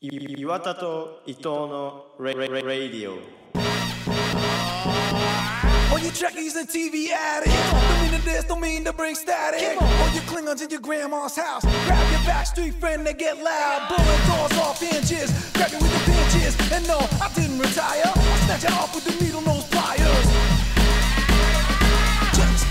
い岩田と伊藤のレレレレディオ All you trekkies and TV addicts Don't mean to this, don't mean to bring static All you Klingons in your grandma's house Grab your backstreet friend, they get loud Blowing doors off inches Grab you with the pinches And no, I didn't retire I snatch it off with the needle nose pliers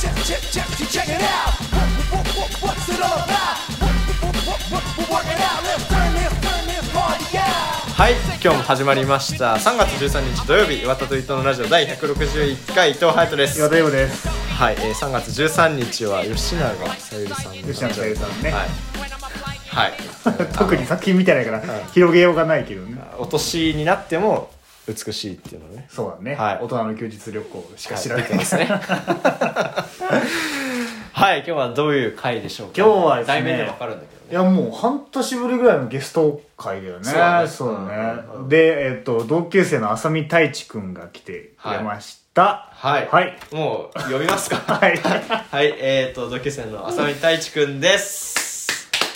Check, check, check, check, check, check it out what, what, what, What's it all about? What, what, what, what, we're working out Let's turn this, turn this party out はい今日も始まりました3月13日土曜日岩田と伊藤のラジオ第161回伊藤隼人です岩田洋です。はい、えー、3月13日は吉永小百合さんの吉永小百合さんねはい、 はい、特に作品見てないから広げようがないけどね。お年になっても美しいっていうのをねそうだね。はい大人の休日旅行しか知ら はないい出てますねはい今日はどういう回でしょうか今日はですね題名でわかるんだけど いやもう半年ぶりぐらいのゲスト会だよね。そうだねそうだねうんで、えっと、同級生の浅見太一くんが来てくれました。はい、はい。もう呼びますか はい。はい、えーと、同級生の浅見太一くんです。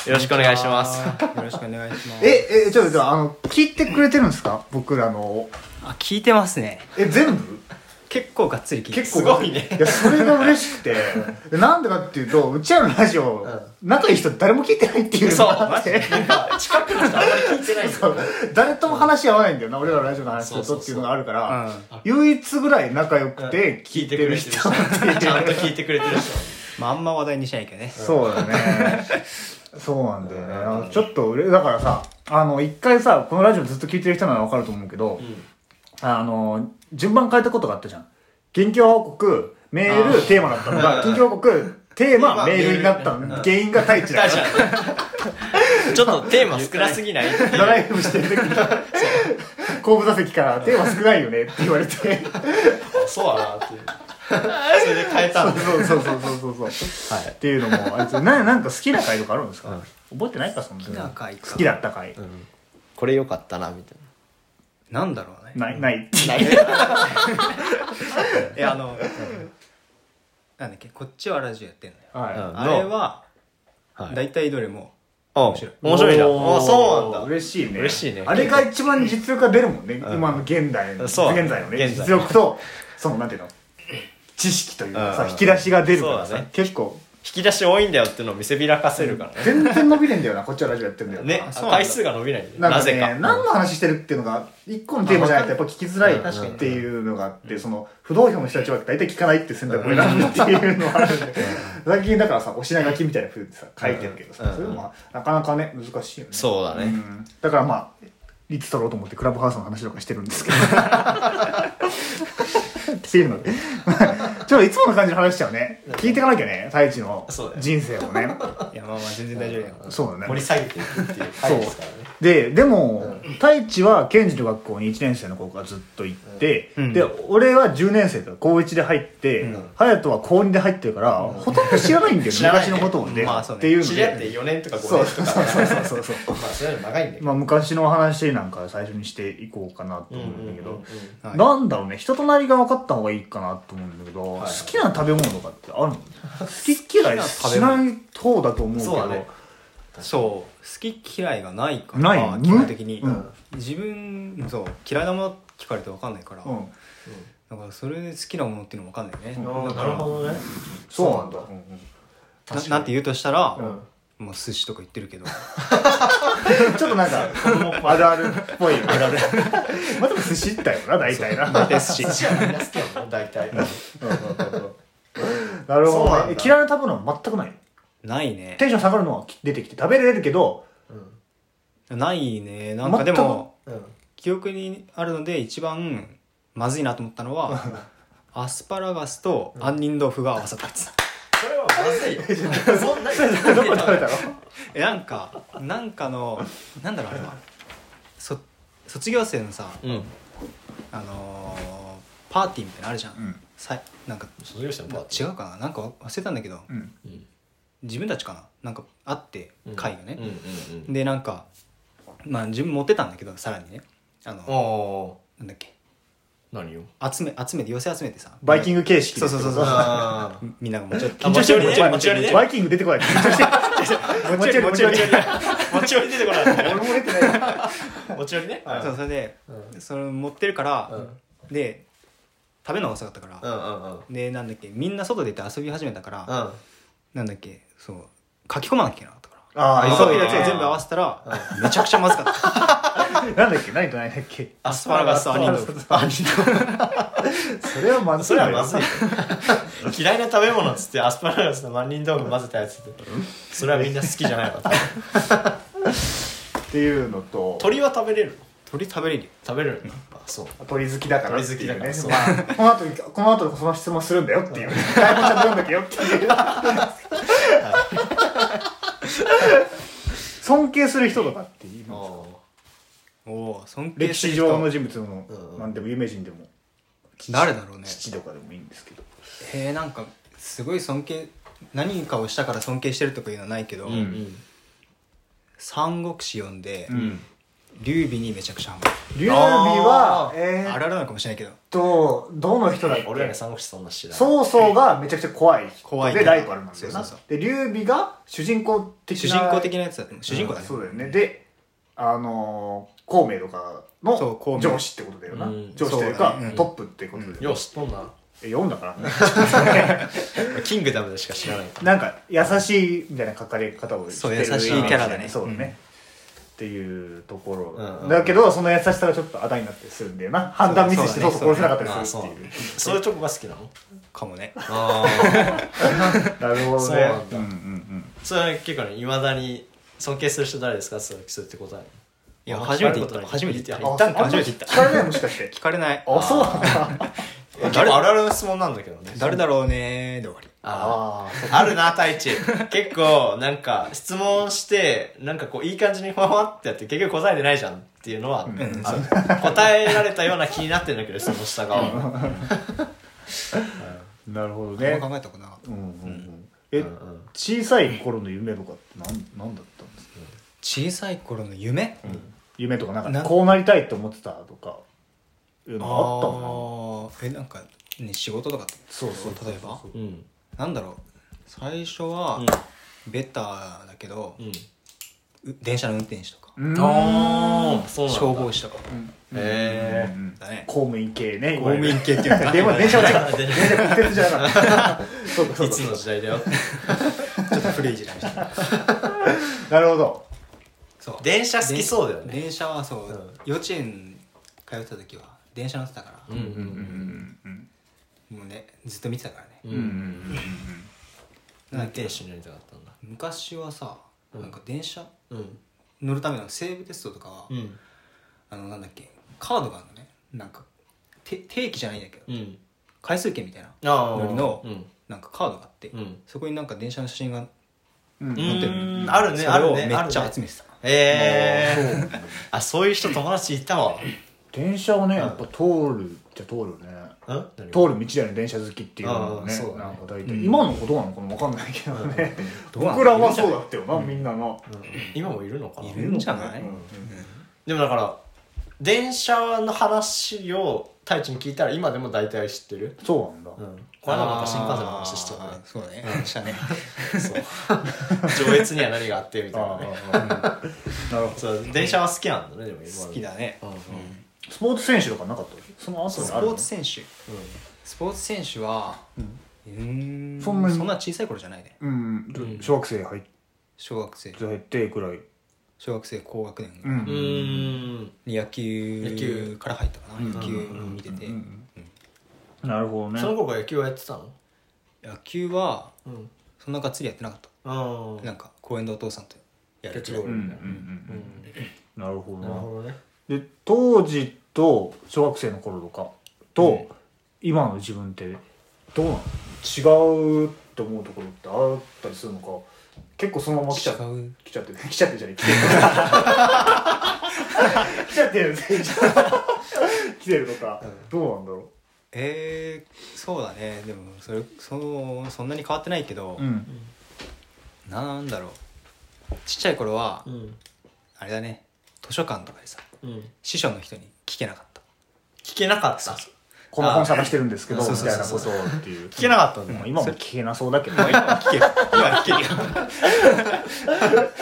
よろしくお願いします。よろしくお願いします。え、え、ちょっとじゃあ、あの、聞いてくれてるんですか僕らの。あ、聞いてますね。え、全部結構がっつり聞いてます結す構ごいねい。やそれが嬉しく てでなんでかっていうとうちらのラジオ、仲いい人誰も聞いてないっていうのそう、があマっジてで。なんか近くの人あんまり聞いてないんだそう誰とも話し合わないんだよな、俺らのラジオの話そうそうそとうっていうのがあるから、うん唯一ぐらい仲良くけど。て聞いてる人ちゃんと聞いてくれてる 人。まあ、あんま話題にしないけどね。そうだ ねそうなんだよねあのちょっと俺だからさあの一回さこのラジオずっと聞いてる人ならわかると思うけど、あの順番変えたことがあったじゃん近況報告メールテーマだったの が近況報告テーまあマメールになったメールの原因が太一だ大かちらゃん。ちょっとテーマ少なすぎないっていうドライブしてる時 に後部座席からテーマ少ないよねって言われてそうだなっていう。それで変えたんだ。そうそうそうそうそうそう。はいっていうのも、あいつ、な、なんか好きな回とかあるんですか、覚えてないか、そんな。好きな回か好きだった回。これ良かったな、みたいなんだろうね。ない、ない。な。ないや、あの、なんだっけ、こっちはラジオやってんのよ。はああのれは、はい大体どれも、面白いい。面白いな。おーあ、そうなんだ。嬉しいね。嬉しいねあれが一番実力が出るもんね。今の現代の。そう現在のね。現在実力と、その、なんていうの。知識というかうさ、ん引き出しが出るからそうださね、結構、引き出し多いんだよっていうのを見せびらかせるからね。全然伸びねえんだよな、こ っちはラジオやってんだよな。ね、そう回数が伸びないんだよ。なんなかぜね、か。何の話してるっていうのが、一個のテーマじゃないとやっぱ聞きづらいっていうのがあって、その、不動票の人たちは大体聞かないっていう選択を選ぶっていうのはあるんで、最近だからさ、お品書きみたいな風にさ、書いてるけどうんうさ、んそれもまあなかなかね、難しいよね。そうだうね。ん。だからまあ、いつ撮ろうと思ってクラブハウスの話とかしてるんで すけど。っていうので。ちょっといつもの感じの話しちゃうね。聞いていかなきゃね、太一のそうだよ人生をね。いや、まあまあ、全然大丈夫だよ。そうだね。掘り下げていくっていう回ですからね。ででも、太一は賢治の学校に1年生の子がずっと行って、うんで俺は10年生だから高1で入って、隼人は高2で入ってるから、ほとんど知らないんだよ ね知らない昔のことをね,、まあそうねっていうので知り合って4年とか5そう年とそかうそうそうそうそうまあそれより長いんだけどまあ昔の話なんか最初にしていこうかなと思うんだけど、うんうんうんうんはいなんだろうね人となりが分かった方がいいかなと思うんだけど、い好きな食べ物とかってあるの好き嫌いしない方だと思うけそうだどねそう、好き嫌いがないかないら、基本的にうん。自分、そう、嫌いなもの聞かれて分かんないから、うん、だからそれで好きなものっていうのも分かんないね。あーなるほどねそうなんだ、ななんて言うとしたら、うんもう寿司とか言ってるけど、 ちょっとなんか、あるあるっぽい。あるある。まあでも寿司だよな、大体な。なで寿司。じゃあみんな好きなの大体そうなるほどんねだ。嫌いな食べ物は全くない。ないねテ。ンション下がるのは出てきて食べれるけど、 ないね。なんかでも、うん記憶にあるので一番まずいなと思った のはアスパラガスと杏仁豆腐が合わさったやつそれはまずいよそんなにどこで食べたのえなんかなんかのなんだろうあれはそ卒業生のさ、うんあのーパーティーみたいなのあるじゃん、んさいなんか卒業したのパーティ違うかななんか忘れたんだけど、うん自分たちかななんかあってー会がね、うんうんでなんかまあ自分持ってたんだけどさらにねあうんのおーなんだっけ何よ集め集めて寄せ集めてさバイキング形式でそうそうそうそうあみ みんなが持ち寄ってあ緊張してる持ち寄りね持ち寄りねバイキング出てこない。緊張してる。ー持ち寄り持ち寄り持ち寄り出てこない俺も出てない。持ち寄りね、はいそうそれで、うそれ持ってるから、うんで食べるのが遅かったから、うんうんうんでなんだっけみんな外出て遊び始めたから、あなんだっけそう書き込まなきゃいけなかったからああ急急いでいだやつを全部合わせたら、めちゃくちゃまずかった。 なんだっけ何と何だっけアスパラガスとアニンドル。アニ それはまずそいれよはまずい嫌いな食べ物っつってアスパラガスと万人道具混ぜたやつってそれはみんな好きじゃないわっていうのと 鳥は食べれるの鳥食べれるよ。食べれるのやっぱそう鳥好きだからっていうね鳥好きだからそうまあ、この後この後その質問するんだよっていう台本ちゃんと読んだけよっていう尊敬する人とかっていうのおお、尊敬歴する史人上の人物でもうん何でも有名人でも誰だろうね。父とかでもいいんですけどえー、なんか、すごい尊敬、何かをしたから尊敬してるとかいうのはないけど、うん三国志読んで、ん劉備にめちゃくちゃハマる。劉備はあえあーっれあれなのかもしれないけど、とどの人だっ俺らのけ三国志そんな知らない曹操がめちゃくちゃ怖い人怖いでライバルなんだよそうなそうそうで劉備が主人公的な主人公的なやつだね。主人公だね。そうだよねであのー孔明とかそう孔の明上司ってことだよな、うん上司というそかうだねうんトップってことだよね、よう知っとんなえ読んだからねキングダムでしか知らないなんか優しいみたいな書かれ方をしてるそう優しいキャラだねそうだね、うんっていうところ、うんうんだけどその優しさがちょっとあだになってするんだよな判断ミスしてそそううそだねう殺せなかっあたありすそるうっていうそういうとこが好きなのかもね。ああなるほどそうねなんだうんうんうんそれは結構ねいまだに尊敬する人誰ですかって言ったらそうって答えいや、初めて言ったの。初めて言ったの。言ったんかあ初めて言った。聞かれないもしかして聞かれない。あそうなんだ結構あるあるの質問なんだけどね誰だろうねーで終わり。ああああるな太一結構なんか質問してなんかこういい感じにふわふわってやって結局答えてないじゃんっていうのは、ある答えられたような気になってんだけど質問した側もあなるほどあねんま考えたことなかったうんうんうんえうんうん小さい頃の夢とかってなんなんだったんですか小さい頃の夢夢とかなんなかこうなりたいと思ってたとかいうのあったのあーえなんかね仕事とかってそうそうそうそう例えばうんなんだろう最初はうんベターだけどう、んう電車の運転手とかか、なああそうなんだ消防士とかへえだね公務員系ね公務員系っていうかでも電車は違う電電車国鉄じゃなかったそうかそいうかつそうのか時代だ よちょっと古い時代でしたなるほどそう電車好きそうだよね電電車はそう、うん幼稚園通ってた時は電車乗ってたから、うんうんもうねずっと見てたからね、うんうんな運んだっけ転手になりたかったんだ昔はさなんか電車うん乗るための西武鉄道とかは、うんあのなんだっけカードがあるのねなんかて定期じゃないんだけど、うん回数券みたいなあのりのうんなんかカードがあって、うんそこになんか電車の写真がうんうってるんあるそねれあるをねめっちあゃる集ねめてた、ええあそういう人友達いたわ電車はねやっぱ通るじゃ通るよねうん通る道だよね電車好きっていうのはあーねそうだねなんか大うん体今のことなのかなわかんないけどねうんどうなんだろ僕らうはそうだったよなみんなの今もいるのかないるんじゃない、うんでもだから電車の話を太一に聞いたら今でも大体知ってる、そうなんだうん、この間もなんか新幹線の話してあーたそうだね、したねね上越には何があってみたいな あねあああなるほどそう電車は好きなんだねでも今 好きだね、うんうんスポーツ選手とかなかったその後スにポあるーのツ選手スポーツ選手はうーんそんなにそんな小さい頃じゃないねうん小学生入っ小学生て入ってくらい小学生高学う年うんんに野野球球から入ったかな、野球見てて、うんなるほどねその頃から野球はやってたの野球はうんそんながっつりやってなかった、あなんか公園でお父さんとやるキくャッチボらいーうんルうんみたいうんなるほどなるなほどねで当時と小学生の頃とかと今の自分ってどうなの違うって思うところってあったりするのか結構そのまま来ちゃ違う来ちゃってる 来ちゃってるじゃない来て る来ちゃってる全員来てるとかどうなんだろえー、そうだねでもそれそうそんなに変わってないけど、ううんなんだろうちっちゃい頃は、うんあれだね図書館とかでさうん師匠の人に聞けなかった聞けなかったこの本探してるんですけどあーみたいなことをっていう聞けなかったんだまあ今も聞けなそうだけど、今は聞ける今は聞けるよ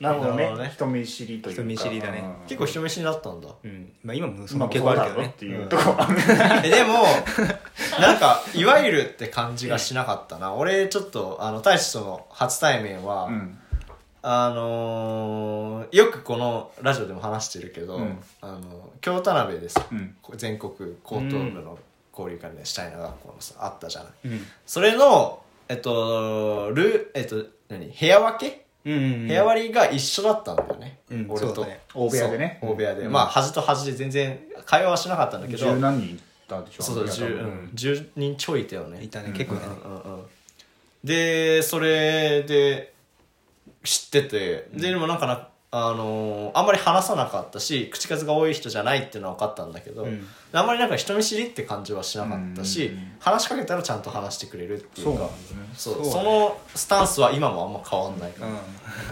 なるほどなるほどねね人見知りというか人見知りだねうん結構人見知りだったんだうんまあ、今もそまあの傾結向構ああるるけけどどねっていねうとこはあ るえでもなんかいわゆるって感じがしなかったな俺ちょっとあの大志との初対面は、うんあのーよくこのラジオでも話してるけど、うんあの京田辺です、うん全国高等部の交流会でシュタイナー学校のさあったじゃない、うんそれのえっとルえっと何部屋分け、うんうんうん部屋割りが一緒だったんだよね、うん俺そうと、だね大部屋でねそう大部屋で、まあ端と端で全然会話はしなかったんだけど十何人いたでしょそうそう十あの部屋う多分ん10人ちょいいたよねいたね結構いたねうんうんうんでそれで知っててででもなんかなあのーあんまり話さなかったし口数が多い人じゃないっていうのは分かったんだけど、んあんまりなんか人見知りって感じはしなかったし、うん話しかけたらちゃんと話してくれるっていそううかなんですねそうそそうだねのスタンスは今もあんま変わんないかうら、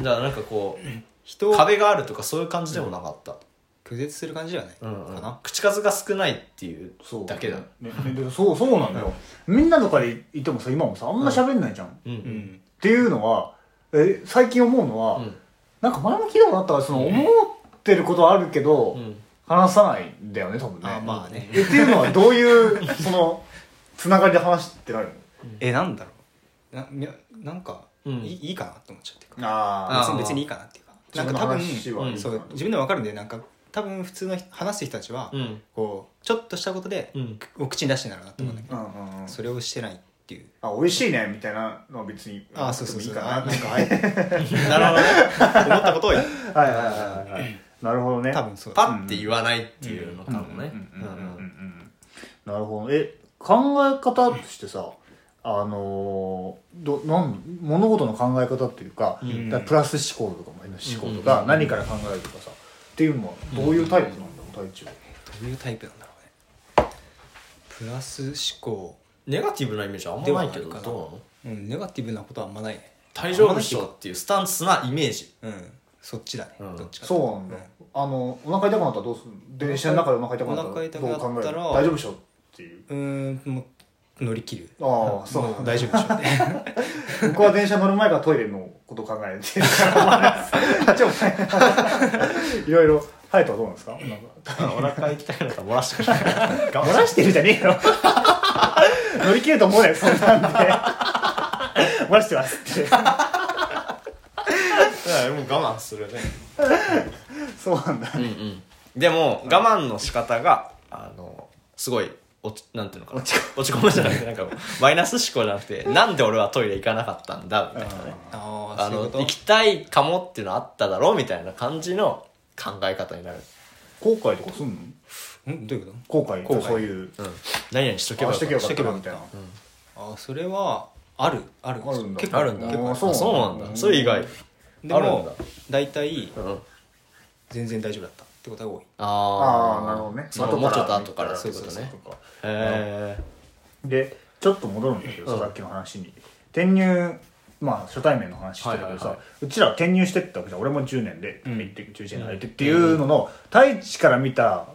んだからなんかこう人を壁があるとかそういう感じでもなかった、拒絶する感じではないかうんうんな口数が少ないっていうそうだけだねねでそうそうなんだよみんなとかでいてもさ今もさあんま喋んないじゃんうんううんんっていうのはえ最近思うのは、うんなんか前も聞いたことあったからその思ってることはあるけど、うん話さないんだよね多分ねあまあねえっていうのはどういうそのつながりで話してないのえなんだろうなみなんかいうんいいいかなと思っちゃってるかああ別ーに別にいいかなっていうか自なん分かの多分話はうんそう自分でも分かるんだよなんか多分普通の人話す人たちは、うんこうちょっとしたことで、うんお口に出してんだろうなと思うんだけど、うんうんうんそれをしてないっていうあ美味しいねみたいなのは別にあーそうそうそういいかなってなんかはいなるほどね思ったことを言うはいはいはいはいなるほどね多分そうパッて言わないっていうのかもねうんうんうんうんうんなるほどえ考え方としてさあのーどなん物事の考え方っていうか,、んプラス思考とかマイナス思考とか、何から考えるとかさっていうのはどういうタイプなんだろう太一はどういうタイプなんだろうねプラス思考ネガティブなイメージあんまではないなけいどかどなうなのうん、ネガティブなことはあんまないね大丈夫っしょっていうスタンスなイメージうんそっちだね、うんどっちかっていそうなんだ、あのお腹痛くなったらどうする電車の中でお腹痛くなったお腹ら痛くどなうったら考える大丈夫でしょっていううーんもう乗り切るああそうもう大丈夫で しょうね僕は電車乗る前からトイレのこと考えてちょっと いろいろハヤトはどうなんですかなんかお腹痛くなったら漏らしてくれ漏らしてるじゃねえよ乗り切ると思うよそんなんで漏らしてますってもう我慢するねそうなんだうんうんでも我慢の仕方があのすごい落ちなんていうのかな落ち込むじゃなくてなんかマイナス思考じゃなくてなんで俺はトイレ行かなかったんだみたいなねあああそういのうこ行ときたいかもっていうのあっただろうみたいな感じの考え方になる、後悔とかすんのうんどういうこ後悔後悔そういううん、何々しとけあばしとけばよかしっとけたなばよかみったたいなとあそれはあるあるあるんだ結構あるんだ結構ああそうなんだそうなんだそれ以外であるんだも大体うん全然大丈夫だったってことが多いあああなるほどねそう後もうらちょっと後からそう見いうたことそうねそうそうへえでちょっと戻るんだけどさ、うんさっきの話に転入まあ初対面の話してたけどさ、はいはいはうちら転入してったわけじゃん俺も10年で行って11年入ってっていうんうのの太一から見た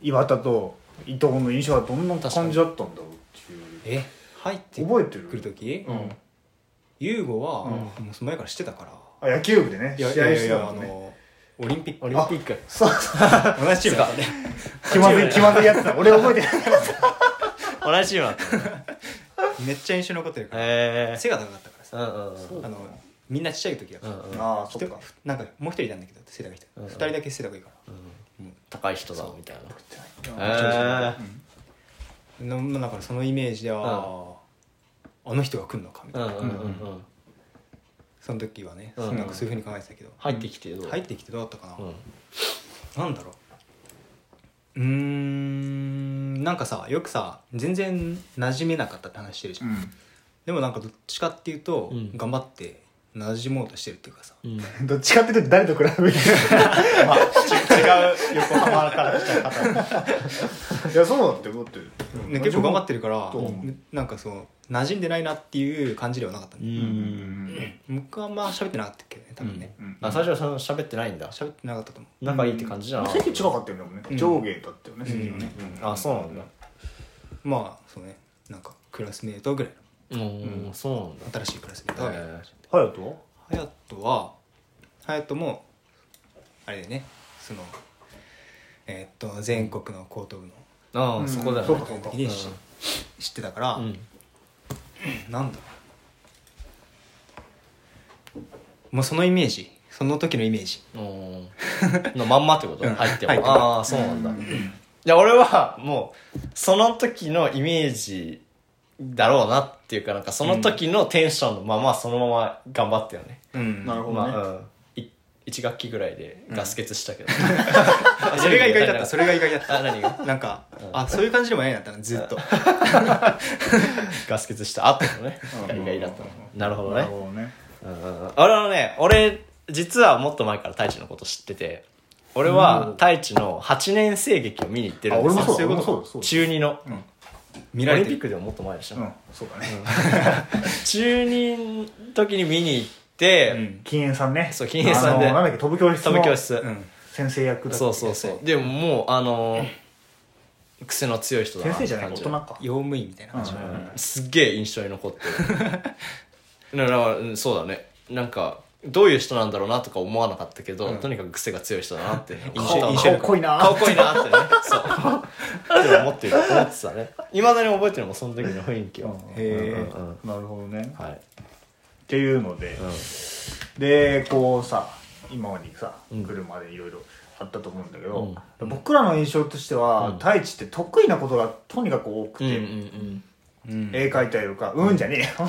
岩田と伊藤の印象はどんな感じだったんだろうっていうえ入って覚えてるくる時うん優吾はもうその前からしてたからあ野球部でねいやい試合やしいてたやあもんねのオリンピックオリンピックそう同じチームだったね気まずい気まずいやつだ俺覚えてない同じチームだったのねめっちゃ印象残ってるからへえ背が高かったからうさんうんうんあのみんなちっちゃい時やかうらんうんああひそとっかなんかもう一人いたんだけど背高い人うん二人だけ背高いか高い人だみたいうんなへらなまあだからそのイメージではあの人が来るのかみえうたいんなうんうんうんその時はねうんなんかそういうふうに考えてたけど入ってきてどう入ってきてどうだったかなうんなんだろううーんなんかさよくさ全然馴染めなかったって話してるじゃん、でもなんかどっちかっていうと、うん頑張って馴染もうとしてるっていうかさうんうんどっちかっていうと誰と比べるまあ違う横浜から来た方いやそうだって思ってるね結構頑張ってるからうなんかそう馴染んでないなっていう感じではなかったうね、ん僕はあんま喋ってなかったっけどね多分ねうんあ最初はその喋ってないんだ喋、ってなかったと思仲いいって感じじゃな席近かったよねでもね、うん上下だったよね席がね、あそうなんだうまあそうねなんかクラスメートぐらいうんそうなんだの新しいクラスメートへえ隼人は隼人は隼人もあれでねそのえーっと全国の高等部のああ、うんそこだよ、ね、そうかそうか時にし知ってたから、うんなんだろうもうそのイメージその時のイメージおーのまんまってことうん入って入ってももああそうなんだいや俺はもうその時のイメージだろうなっていうかなんかその時のテンションのままそのまま頑張ったよね、うんなるほどまね、あ、うんい1学期ぐらいでガス欠したけど、あそれが意外だ ったそれが意外だったあ何がなんか、あそういう感じでもないなったなずっとガス欠した後のね光がいいだったのなるほどなねるほどねうんうんうん俺はね俺実はもっと前から太一のこと知ってて俺は太一の8年生劇を見に行ってあるんで俺すもよそうだそう俺いうもこそとうだそうだ中2の見オられリンてピるックでももっと前でした、うんそうだね中2の時に見に行って、うん禁煙さんねそう禁煙さんであのなんだっけ飛ぶ教室飛のぶ教室、うん先生役だっけそうそうそうでももうあのー癖の強い人だ先な生じゃないっ大て人感か用務員みたいな感じ、うんうんじすっげえ印象に残って るだからうんそうだねなんかどういう人なんだろうなとか思わなかったけど、とにかく癖が強い人だなって印顔象顔濃いな顔濃いなってねそうって思って る思ってたねいまだに覚えてるもんその時の雰囲気を、へうんうんうんえなるほどねはいっていうので、でこうさ今までさ車でいろいろあったと思うんだけど、僕らの印象としては、太一って得意なことがとにかく多くうんうんうて、ん絵描いたりとか「うん」じ ゃねえよ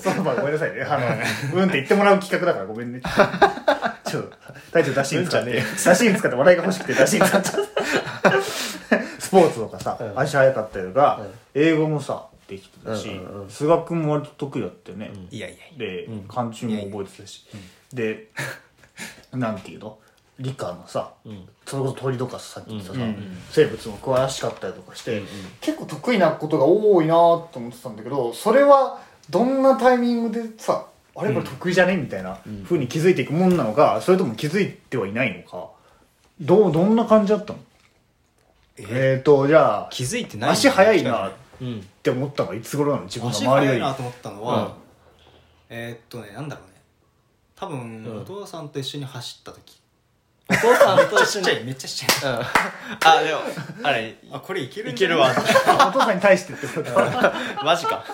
そうまあごめんなさいねあの「うん」って言ってもらう企画だからご めんねちょっと太一の出しに使って、うんじゃね出しに使って笑いが欲しくて出しに使 っちゃったスポーツとかさ、足速かったりとか、英語もさできてたし、うんうんう数学も割と得意だったよね、いやいやいやで、漢字も覚えてたし、でなんていうの理科のさ、それこそ鳥とかささっき言ってたさ、生物も詳しかったりとかして、結構得意なことが多いなと思ってたんだけどそれはどんなタイミングでさあれこれ得意じゃねみたいなふうに気づいていくもんなのかそれとも気づいてはいないのかどうどんな感じだったのえっ、ー、とじゃあ気づいてない足速いなっうんて思ったのはいつ頃なの自分の周足りよ速いりなと思ったのは、うんえーっとねなんだろうね多分、うんお父さんと一緒に走った時お父さんと 一緒にめっちゃちっちゃいうんあでもあれあこれいけるいんけじゃなるわ お父さんに対してってことだ マジ か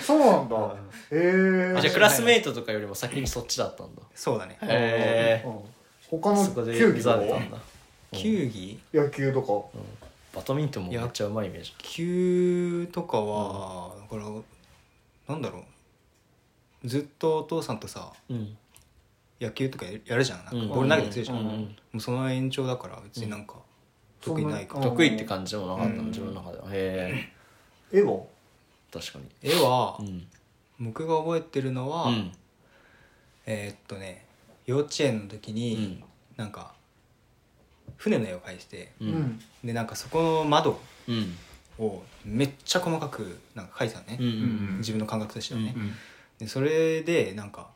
そうなんだへじゃあえクラスメイトとかよりも先にそっちだったんだそうだね、へえ他のそこで球技ざれとたかんだ球技野球とかバドミントンもめっちゃうまいイメージ球とかは、だからなんだろうずっとお父さんとさうん野球とかややるじゃんなんかうんボール投げて強いじゃん、うんうんもうその延長だから別になんか、得意ないかそんらな得意って感じでもなかったのうん自分の中ではへえ絵は確かに絵は、うん僕が覚えてるのは、うんえーっとね幼稚園の時に、うんなんか船の絵を描いててううんんでなんかそこの窓うんをめっちゃ細かくなんか描いてたのね、うんうん自分の感覚としてはね、うんでそれでなんか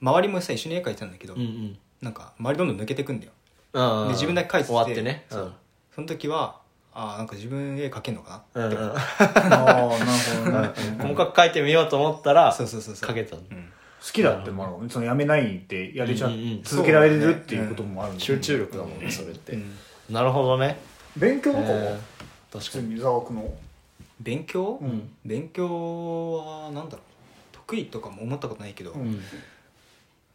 周りもさ一緒に絵描いてたんだけど、うんうんなんか周りどんどん抜けてくんだよあーで自分だけ描いてて終わってねうそうんその時はああんか自分絵描けんのかうんうんうんああなるほどね 細かく書いてみようと思ったらなそうそうそうそう書けたのうん好きだってもあるもんねそのやめないってやれちゃうんうん続けられるっていうこともあるんだ集中力だもんねそれってうんなるほどね勉強とかへはー普確か通にに伊沢君の勉強、うん勉強はなんだろう得意とかも思ったことないけど、ん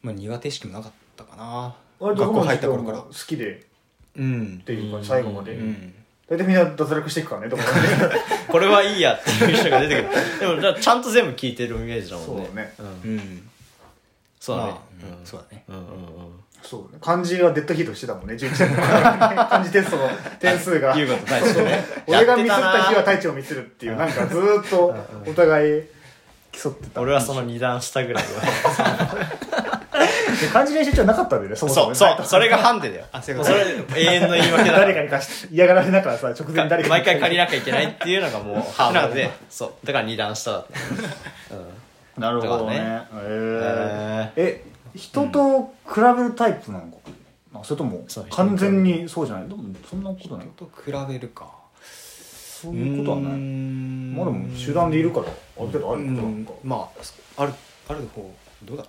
まあ、苦手意識もなかったかな割学と校入った頃か好らきでうんっていうか最後まうでん大体みんな脱落していくからねとかねこれはいいやっていう人が出てくる でもだからちゃんと全部聞いてるイメージだもんねそうだんねうんそうだねまあうんそうだねうんうんうんそうだね漢字はデッドヒートしてたもんね11年の頃ね 漢字テストの点数が優と大してね 俺がミスっやたて日なは太一をミスるっていうなんかずーっとお互い競ってた俺はその二段下ぐらいはで漢字練習中はなかったんだよねそもそもそうねそうそれがハンデだよあそそうれいうこと永遠の言い訳だ 誰かに貸し嫌がられながらさ直前に誰かに毎回借りなきゃいけないっていうのがもうハードルでそうだから二段下だったなるほどねとかへええ人と比べるタイプなのかあそれともそう完全にそうじゃないでもそんなことないと比べるかそういうことはなうーいんまあでも集団でいるからある程度あうるけどなんんかまああるある方どうだ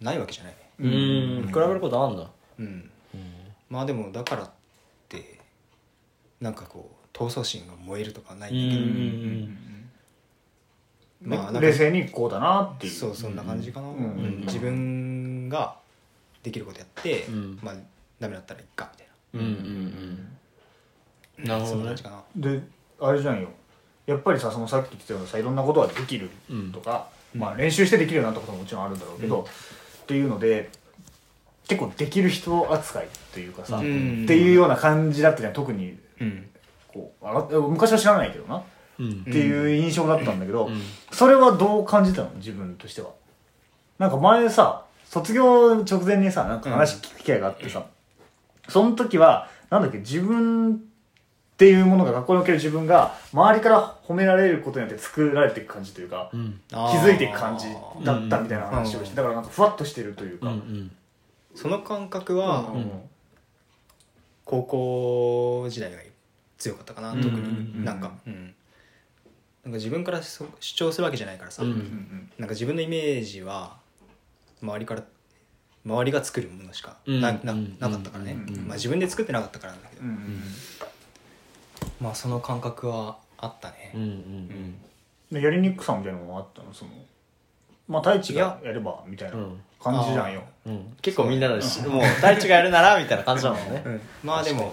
ないわけじゃないねうん比べることあんだうん、まあでもだからってなんかこう闘争心が燃えるとかはないんだけど、まあなんか冷静にこうだなっていうそうそんな感じかな、んうん自分ができることやって、んまあダメだったらいっかみたいうんうんうんなるなほそんどなね感じかなであれじゃんよやっぱりさそのさっき言ってたようなさいろんなことができるとか、まあ、練習してできるようになったことももちろんあるんだろうけど、っていうので結構できる人扱いっていうかさ、んっていうような感じだったじゃん特にうんこうあら昔は知らないけどな、うんっていう印象だったんだけど、それはどう感じたの自分としてはなんか前さ卒業直前にさなんか話聞く機会があってさ、その時はなんだっけ自分っていうものが学校における自分が周りから褒められることによって作られていく感じというか、うん気づいていく感じだったみたいな話をして、うんだからなんかふわっとしてるといううか、んその感覚はうん高校時代が強かったかな、うん特うんになんか、うんなんか自分からそ主張するわけじゃないからさ、ううんんなんか自分のイメージは周りから周りが作るものしかうな,、んなうんなかったからね、うんまあ、自分で作ってなかったからなんだけど、うんうんまあその感覚はあったね、うんうんでやりにくさみたいなのもあったのそのまあ太一いやがやればみたいなうん感じじゃんよ、うん結構みんなのしもう大地がやるならみたいな感じだもんねうんまあでも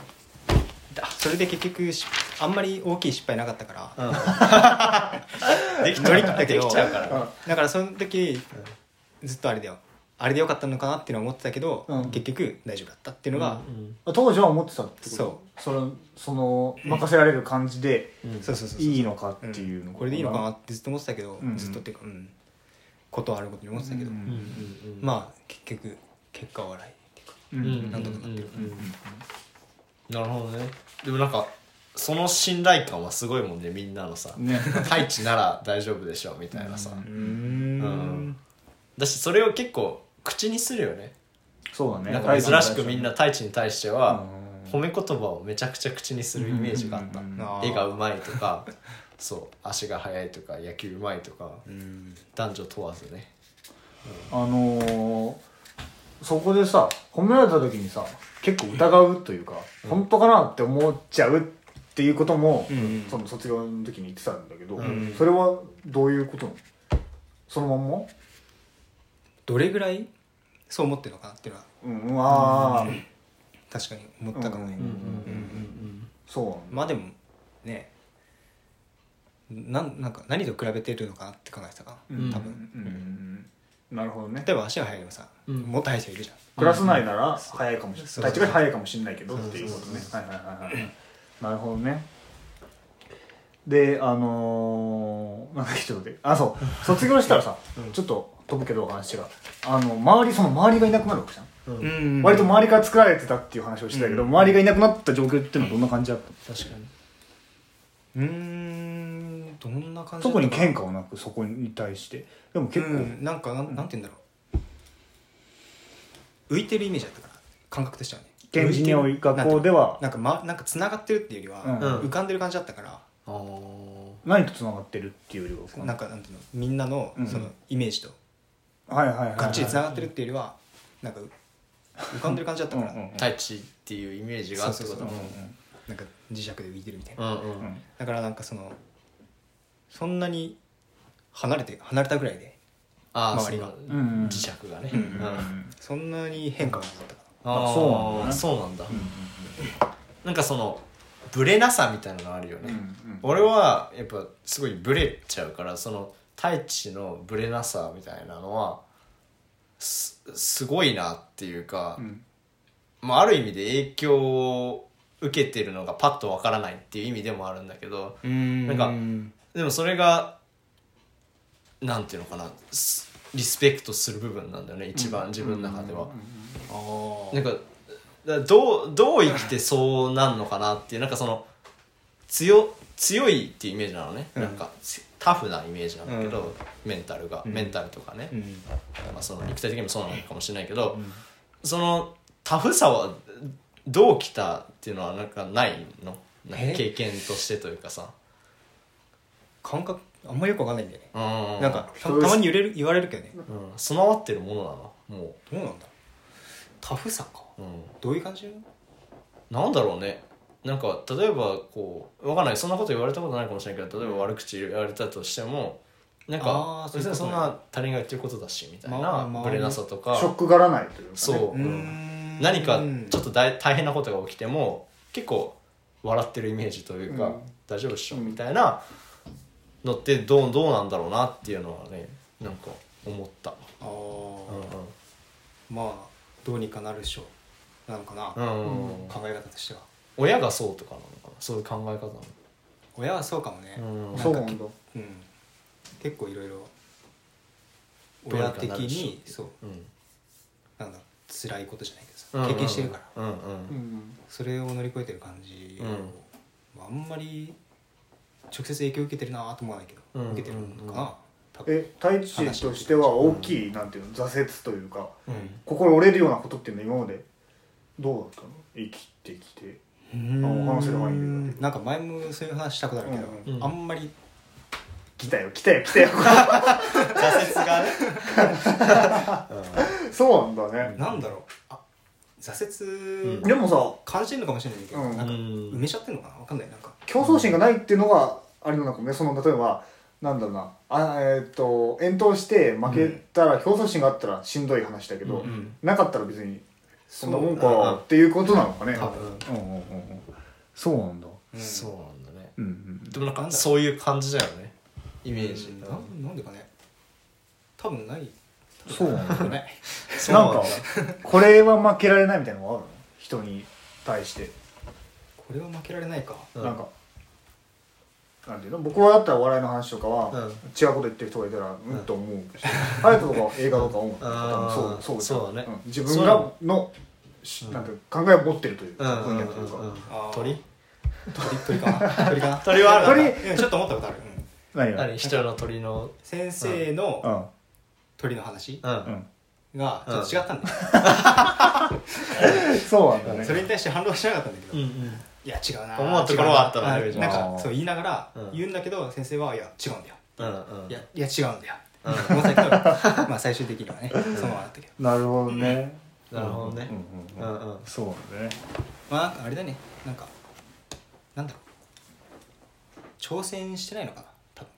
だそれで結局しあんまり大きい失敗なかったから、 でき乗り切ったけでどきちゃうからだからその時、ずっとあれだよあれでよかったのかなっていうのは思ってたけど、うん結局大丈夫だったっていうのが、当時は思ってたってことそそのその任せられる感じでそうそうそうそういいのかってんいうのこれでいいのかなってずっと思ってたけど、んうんずっとっていうか、うん、ことあることに思ってたけど、うんまあ結局結果は笑いっていうかうんうんなんとかなってるなるほどねでもなんかその信頼感はすごいもんねみんなのさね太一なら大丈夫でしょみたいなさうんだしそれを結構口にするよねそうだねなんか珍しくみんなう太一に対してはうん褒め言葉をめちゃくちゃ口にするイメージがあったうんあー絵がうまいとかそう足が速いとか野球うまいとかうん男女問わずねあのーそこでさ褒められた時にさ結構疑うというか、本当かなって思っちゃうっていうことも、んその卒業の時に言ってたんだけど、んそれはどういうことなのそのまんまどれぐらいそう思ってるのかなっていうのはうんうわー確かに思ったかもね、うんうんそうなんだまあでもねなんなんか何と比べてるのかなって考えてたかな、多分うんなるほどね例えば足が速いのさ、もっと速い人いるじゃんクラス内なら早いかもしれないそう大地が早いかもしれないけどっていうことねはいはいはいはいなるほどねであのー、なんだっけちょっと待ってあそう卒業したらさ、ちょっと飛ぶけど話があの周りその周りがいなくなるわけじゃん、うん割と周りから作られてたっていう話をしてたけど、う周りがいなくなった状況っていうのはどんな感じだったの確かにうーんどんな感じだった特かに喧嘩はなくそこに対してでも結構、うん、なんかなんなんて言うんだろう浮いてるイメージだったから感覚としてはね現実に浮いてる学校ではなんかなんか、ま、なんか繋がってるっていうよりは、うん浮かんでる感じだったから、あー何とつながってるっていうよりはこうなんかなんていうのみんなのうんそのイメージとはいはいはいはいがっちり繋がってるっていうよりはなんかう浮かんでる感じだったから、うんうん太一っていうイメージがあってこそうとそううんそううんなんか磁石で浮いてるみたいな、うんううんんだからなんかそのそんなに離れて離れたぐらいでああ周りがそううんうん磁石がねうんうんそんなに変化がなかったかあーそうなんだねそうなんだなんかそのブレなさみたいなのあるよね、うんうん俺はやっぱすごいブレちゃうからその太一のブレなさみたいなのはすすごいなっていうか、んまあ、ある意味で影響を受けてるのがパッとわからないっていう意味でもあるんだけど、らうんなんかでもそれがなんていうのかなすリスペクトする部分なんだよね一番自分の中では。あーなんかだどうどう生きてそうなんのかなっていうなんかその強強いっていうイメージなのね、うんなんかつタフなイメージなんだけど、メンタルが、メンタルとかね、うんまあ、その肉体的にもそうなのかもしれないけど、そのタフさはどうきたっていうのはなんかないのなんかえ経験としてというかさ感覚あんまよくわかんないんだよねうんなんかたそうですたまに揺れる言われるけどねうん備わってるものなのもどうなんだタフさかう、うん、どういう感じなんだろうねなんか例えばこうわかんないそんなこと言われたことないかもしれないけど例えば悪口言われたとしてもなんあかーそうい別うことねにそんな他人が言ってることだしみたいまあなまあぶれなさとかショックがらないというか、ね、そう、うんん何かちょっとと大大変なことが起きても結構笑ってるイメージというか、うん大丈夫っしょみたいなのってどうどうなんだろうなっていうのはねなんか思った、あーうんまあどうにかなるでしょうなのかな、うんうん考え方としては親がそうとかなのかなそういう考え方なの親はそうかもね、うんなそんうかなんだうん、結構いろいろどうに親かなるでし的ょにそううんなんだ辛いことじゃないけうんうんどさうん経験してるからうんうんうんそれを乗り越えてる感じうんをまああんまり直接影響受けてるなと思わないけどうん受けてるのかな多分え太一としては大きいなんていうの挫折というかうん心折れるようなことっていうのは今までどうだったの生きてきてうんあ話せればいいんだけどなんか前もそういう話したことあるけうんうんどあんまり来たよ来たよ来たよ挫折がねそうなんだねなんだろうあ挫うん折でもさ感じるのかもしれないけどうんなんかうん埋めちゃってるのかなわかんないなんか競争心がないっていうのがあれなのかもねその例えばなんだろうなあえーっと遠投して負けたら、競争心があったらしんどい話だけど、うんなかったら別にそんなもんそうだなかっていうことなのかね多分うんうんうんうんそうなんだうんそうなんだねうんうんでもなんかそういう感じだよねイメージうんなんなんでかね多分ないそうなんだ多分ないそうなんなんだかこれは負けられないみたいなのがあるの人に対して、これは負けられないかうんなんかなんていうの僕はだったらお笑いの話とかは、うん違うこと言ってる人がいたらうんと思うし隼人、とか映画とか音楽とあかー多分そうそうそうだねん自分がのしなんていうか考えを持ってるといううんかうん分う野んというか、うんあー鳥鳥鳥か な鳥かな鳥はある鳥のいやちょっと思ったことある、うん何が何人の鳥の先生うのん鳥の話うんうんがちょっと違ったんだよ、そうなんだねそれに対して反論しなかったんだけど、うんういんや違うな思うところはあったのね違うななんかそう言いながらうん言うんだけど先生はいや違うんだよ、うんうんいやいや違うんだよ、うん思ったけどまあ最終的には ねそのままだったけどなるほどね、なるほどねうんううんうんんうんそうなんだねまあなんかあれだねなんかなんだろう挑戦してないのかな多分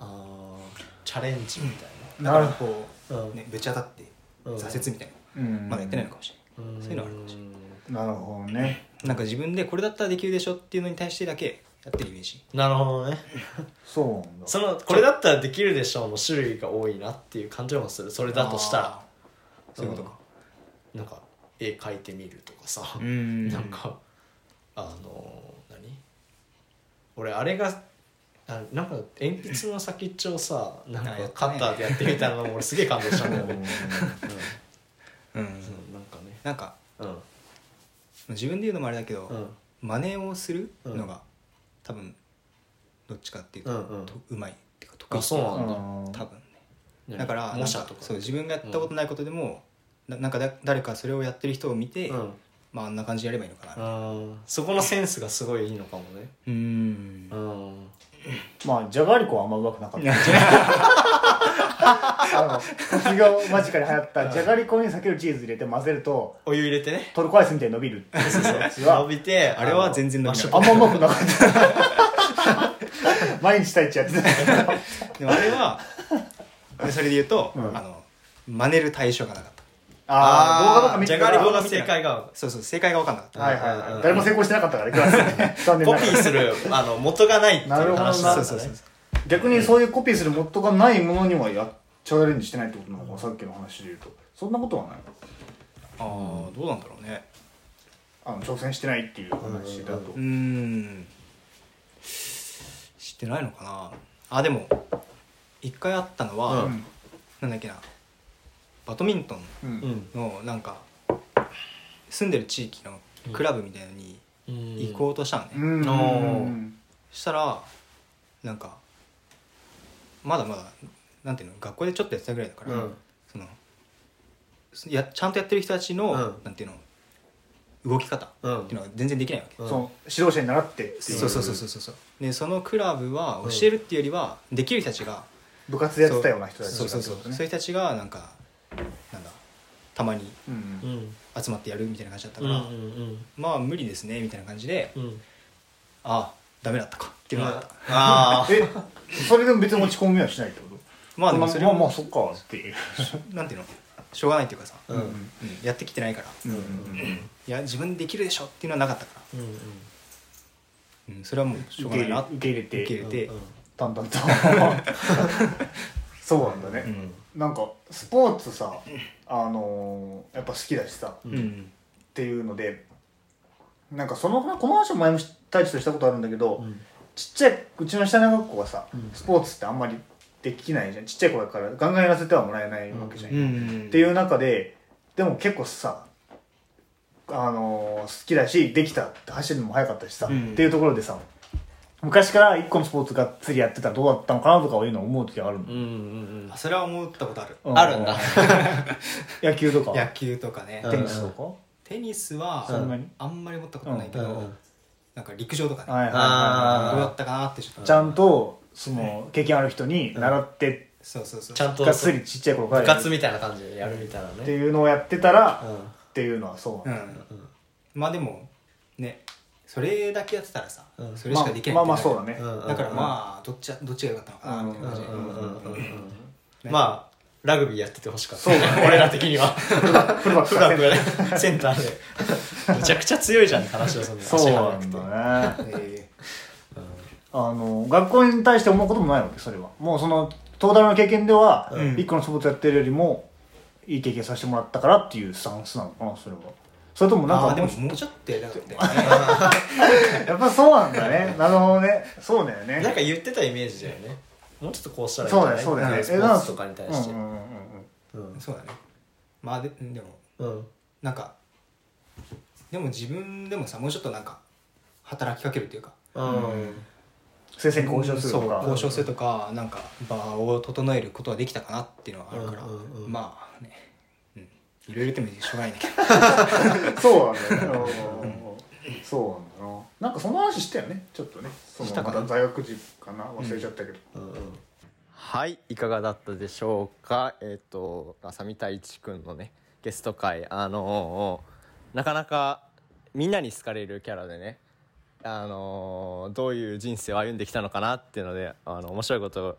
あーチャレンジみたいだからなるこなう、ね、ぶち当たってうん挫折みたいな、うんまだやってないのかもしれない、んそういうのはあるかもしれないなるほどねなんか自分でこれだったらできるでしょっていうのに対してだけやってるイメージなるほどねそうなんだそのこれだったらできるでしょうの種類が多いなっていう感じもするそれだとしたらあーそういうことかなんか絵描いてみるとかさんなんかあの何俺あれがあなんか鉛筆の先っちょをさなんかあやっカッたねターでやってみたのも俺すげえ感動したんだよね、うんうん、なんかねなんかうん自分で言うのもあれだけど、うん真似をするのが多分どっちかっていうと,、ううんうんまいっていうか得 意あそうなんだ、うん多分ねねだから模写なんとかそう自分がやったことないことでも、ななんかだ誰かそれをやってる人を見て、うんまああんな感じでやればいいのかなうんそこのセンスがすごいいいのかもねうーんうんまあ、じゃがりこはあんま上手くなかった。あの、卒業間近に流行った、じゃがりこに避けるチーズ入れて混ぜると、お湯入れてねトルコアイスみたいに伸びるっていうやつ伸は、びてあれは全然伸びなあいのあんま上手くなかった。毎日太一やってたけど。でもあ れはそれで言うと、うんあの真似る対象がなかったあー、動画とあかー見じてゃたがらりこの正解がそうそう正解が分かんなかったはいはいはい。誰も成功してなかったから、クラス で。残念コなピがーら。するあの元がないっていうなるほどな話なんだねそうそうそうそ逆にそういうコピーするモッドがないものにはやっチャレンジしてないってことなのかな、さっきの話で言うと。そんなことはない。ああどうなんだろうねあの、挑戦してないっていう話だとうー。ん知ってないのかなあでも一回あったのは、うんなんだっけなバドミントう。うんんンのなんか住んでる地域のクラブみたいのに行こうとしたのね、うん。うんしたらなんかまだまだなんていうの学校でちょっとやってたぐらいだから、うんそのやちゃんとやってる人たちの、うんなんていうの動き方ってうんいうのが全然できないわけ、うんその指導者に習ってっていそうそうそうそうそうでそのクラブは教えるっていうよりはできる人たちが部活でやってたような人たちそうそうそうそういうね人たちがなんかなんだたまにうんうんうん集まってやるみたいな感じだったうかんら、うんまあ無理ですねみたいな感じで、うんうんああダメだったかっていうのがあった、あーえそれでも別に落ち込みはしないってことまあでもそれはまあまあそっかっていうなんていうのしょうがないっていうかさ、うんうんうんやってきてないから、うんいや自分できるでしょっていうのはなかったから、うんうん、それはもうしょうがないなって受け入れて受け入れて、うん淡々とそうなんだね、うんなんかスポーツさあのーやっぱ好きだしさ、うんうんっていうのでなんかそのこの話も前も太一としたことあるんだけど、うんちっちゃいうちの下の学校はさ、んスポーツってあんまりできないじゃんちっちゃい子だからガンガンやらせてはもらえないわけじゃん、うんっていう中ででも結構さあのー好きだしできたって走るのも早かったしさ、うんっていうところでさ昔から一個のスポーツがっつりやってたらどうだったのかなとかいうのを思う時があるの、うんうんうんあそれは思ったことある、うあるんだ野球とか野球とかね、うんテニスとか、テニスそんなはにあんまり思ったことないけうど、んうんなんか陸上とかね、はいはいはいあーどうだはったかなってちょっと、いちゃんとその経験ある人に習って、そうそうそうちゃんとがっつ部りちっちゃい頃からやる活みたいな感じでやるみたいなってねいうのをやってたら、うんっていうのはそう、うんまあでもねそれだけやってたらさ、うんそれしかできないまあってまあまあなるそうだね、うんうんだからまあどっちどっちが良かったのかなみたいな感じで、うんうんうんうんうんねまあラグビーやっててほしかったそうだね俺ら的にはフルバックフさラせップるがねセンターでむちゃくちゃ強いじゃんって話をするのそうな足ん速くてだねえあの学校に対して思うこともないわけそれはもうその東大の経験ではうん一個のスポーツやってるよりもいい経験させてもらったからっていうスタンスなのかなそれはそれともーなんまかあでもうもちょもうちょっとやりたかったよやっぱそうなんだねなるほどねそうだよねなんか言ってたイメージだよねもうちょっとこうしたらいいんそじうゃだなよいそうだよねんスポーツとかに対してうんうんうんうんうんねそうだねまあででもうんなんかでも自分でもさもうちょっとなんか働きかけるというかうん先生に交渉するとそうか交渉するとかなんか場を整えることはできたかなっていうのはあるから、うんうんうんまあね、うん、いろいろ言ってもしょうがないんだけど そうなんだよねうんうんうんそうなんだななんかその話したよねちょっとねそのしたかなまた大学時かな忘れちゃったけど、はいいかがだったでしょうかえっ、と浅見太一くんのねゲスト会あのーなかなかみんなに好かれるキャラでねあのーどういう人生を歩んできたのかなっていうのであの面白いことを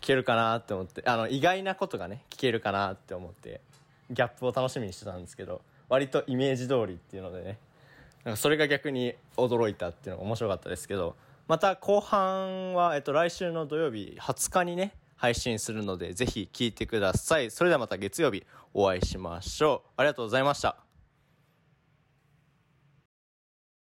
聞けるかなって思ってあの意外なことがね聞けるかなって思ってギャップを楽しみにしてたんですけど割とイメージ通りっていうのでねなんかそれが逆に驚いたっていうのが面白かったですけどまた後半は、えっと、来週の土曜日20日にね配信するのでぜひ聞いてくださいそれではまた月曜日お会いしましょうありがとうございました